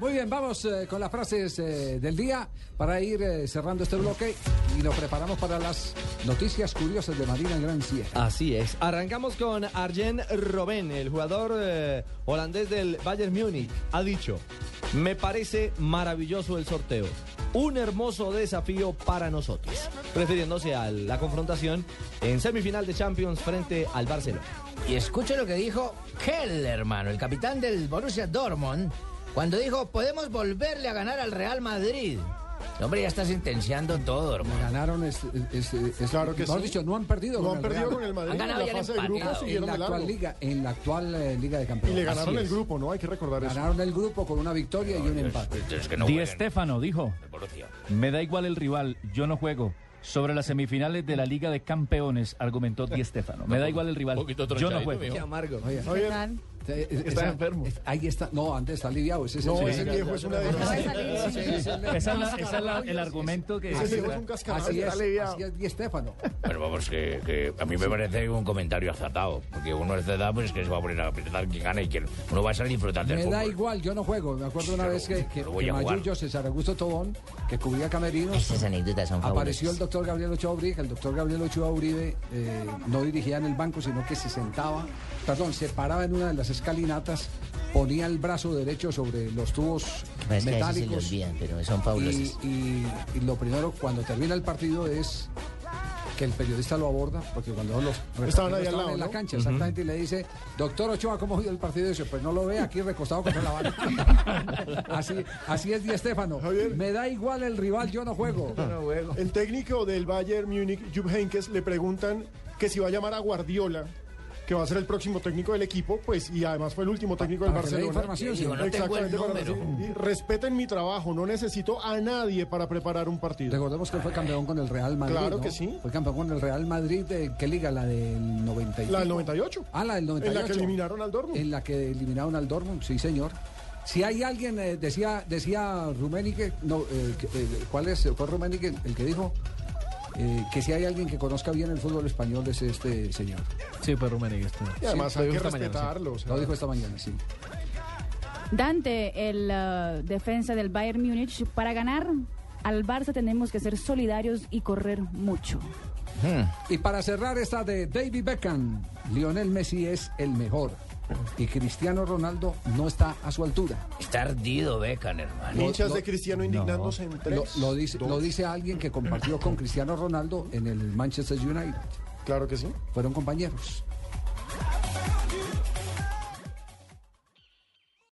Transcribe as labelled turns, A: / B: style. A: Muy bien, vamos eh, con las frases eh, del día para ir eh, cerrando este bloque y nos preparamos para las noticias curiosas de Marina Gran Sierra.
B: Así es. Arrancamos con Arjen Robben, el jugador eh, holandés del Bayern Múnich. Ha dicho, me parece maravilloso el sorteo. Un hermoso desafío para nosotros. Prefiriéndose a la confrontación en semifinal de Champions frente al Barcelona.
C: Y escuche lo que dijo Kell, hermano, el capitán del Borussia Dortmund, cuando dijo, podemos volverle a ganar al Real Madrid. El hombre ya está sentenciando todo, hermano.
A: Ganaron, es, es- es- es-
D: Claro que
A: mejor
D: sí.
A: dicho, no han perdido.
D: No
A: con
D: han
A: el
D: perdido
A: Real.
D: con el Madrid.
C: Han ganado
D: en
C: ya
D: la
C: el
D: fase de
C: empate.
D: grupos
C: En
A: En
D: siguieron
A: la
D: de largo.
A: actual liga, en la actual eh, liga de
D: Y
A: campeones.
D: le ganaron pues.
E: Así
D: el
E: es.
D: grupo, ¿no? Hay que recordar eso.
A: Ganaron el grupo con una victoria y un empate.
E: Di Stefano dijo, me da igual el rival, yo no juego. Sobre las semifinales de la Liga de Campeones, argumentó Di Stefano. Me da igual el rival,
F: poquito
E: yo no
F: tronchadito,
E: juego.
F: mijo.
B: Qué amargo.
D: Oye,
A: Eh, eh,
D: Está
A: esa-
D: enfermo.
A: es- ahí está. No, antes está aliviado. Ese es
D: No,
A: el-
D: ese viejo es una
G: Acaba de
D: desgracia.
G: salir.
E: Esa es, la- esa es la- el argumento que...
D: Ese
A: Así
D: viejo es un
A: es,
D: cascarrabias,
A: así
D: está
A: es,
D: aliviado.
A: así es Di Stéfano.
F: Pero vamos, que, que a mí me parece un comentario acertado. Porque uno es de edad, pues que se va a poner a apretar quién gana y quién. Uno va a salir disfrutar del
A: Me da
F: fútbol.
A: igual, yo no juego. Me acuerdo una
F: Pero,
A: vez que, que,
F: pero voy
A: que
F: a jugar.
A: Mayullo, César Augusto Tobón, que cubría Camerinos,
C: Esas anécdotas son
A: apareció el
C: fabulosas.
A: doctor Gabriel Ochoa Uribe. que El doctor Gabriel Ochoa Uribe eh, no dirigía en el banco, sino que se sentaba, perdón, se paraba en una de las escalinatas, ponía el brazo derecho sobre los tubos
C: Es que a veces se le
A: metálicos.
C: olvidan, pero son
A: Y,
C: fabulosas.
A: y- y lo primero, cuando termina el partido, es que el periodista lo aborda, porque cuando los reporteros
D: Estaban ahí al lado,
A: en la
D: ¿no?
A: cancha, exactamente, y le dice, doctor Ochoa, ¿cómo vio el partido? Y dice, pues no lo ve, aquí recostado contra la bala. así, así es Di Estefano.
D: Javier.
A: Me da igual el rival, yo no juego.
D: El técnico del Bayern Múnich, Jupp Heynckes, le preguntan que si va a llamar a Guardiola, que va a ser el próximo técnico del equipo, pues, y además fue el último técnico del
A: para que le dé
D: Barcelona.
A: información, sí.
D: Exactamente,
F: no tengo el
D: para
F: número.
D: recibir. Y respeten mi trabajo, no necesito a nadie para preparar un partido.
A: Recordemos que fue campeón con el Real Madrid.
D: Claro
A: ¿no?
D: que sí.
A: Fue campeón con el Real Madrid. ¿De ¿Qué liga? ¿La del 98?
D: La del 98.
A: Ah, la del 98.
D: En la que eliminaron al Dortmund.
A: En la que eliminaron al Dortmund, sí, señor. Si hay alguien, eh, decía, decía Rummenigge, no, eh, que- eh, ¿cuál es? ¿Fue Rummenigge el, el que dijo? eh, que si hay alguien que conozca bien el fútbol español es este señor.
H: Sí, fue Rummenigge. esto.
D: Y además
H: este. Sí,
D: hay
H: lo dijo esta
D: que
H: mañana, sí.
D: respetarlo. o sea,
A: Lo dijo esta mañana, sí.
G: Dante, el eh, defensa del Bayern Múnich, para ganar al Barça tenemos que ser solidarios y correr mucho.
A: Y para cerrar esta de David Beckham, Lionel Messi es el mejor y Cristiano Ronaldo no está a su altura.
C: Está ardido Beckham, hermano.
D: hinchas
A: lo-
D: de Cristiano indignándose en
A: Lo,
D: tres.
A: lo dice,
D: dos.
A: lo dice alguien que compartió con Cristiano Ronaldo en el Manchester United.
D: Claro que sí.
A: Fueron compañeros.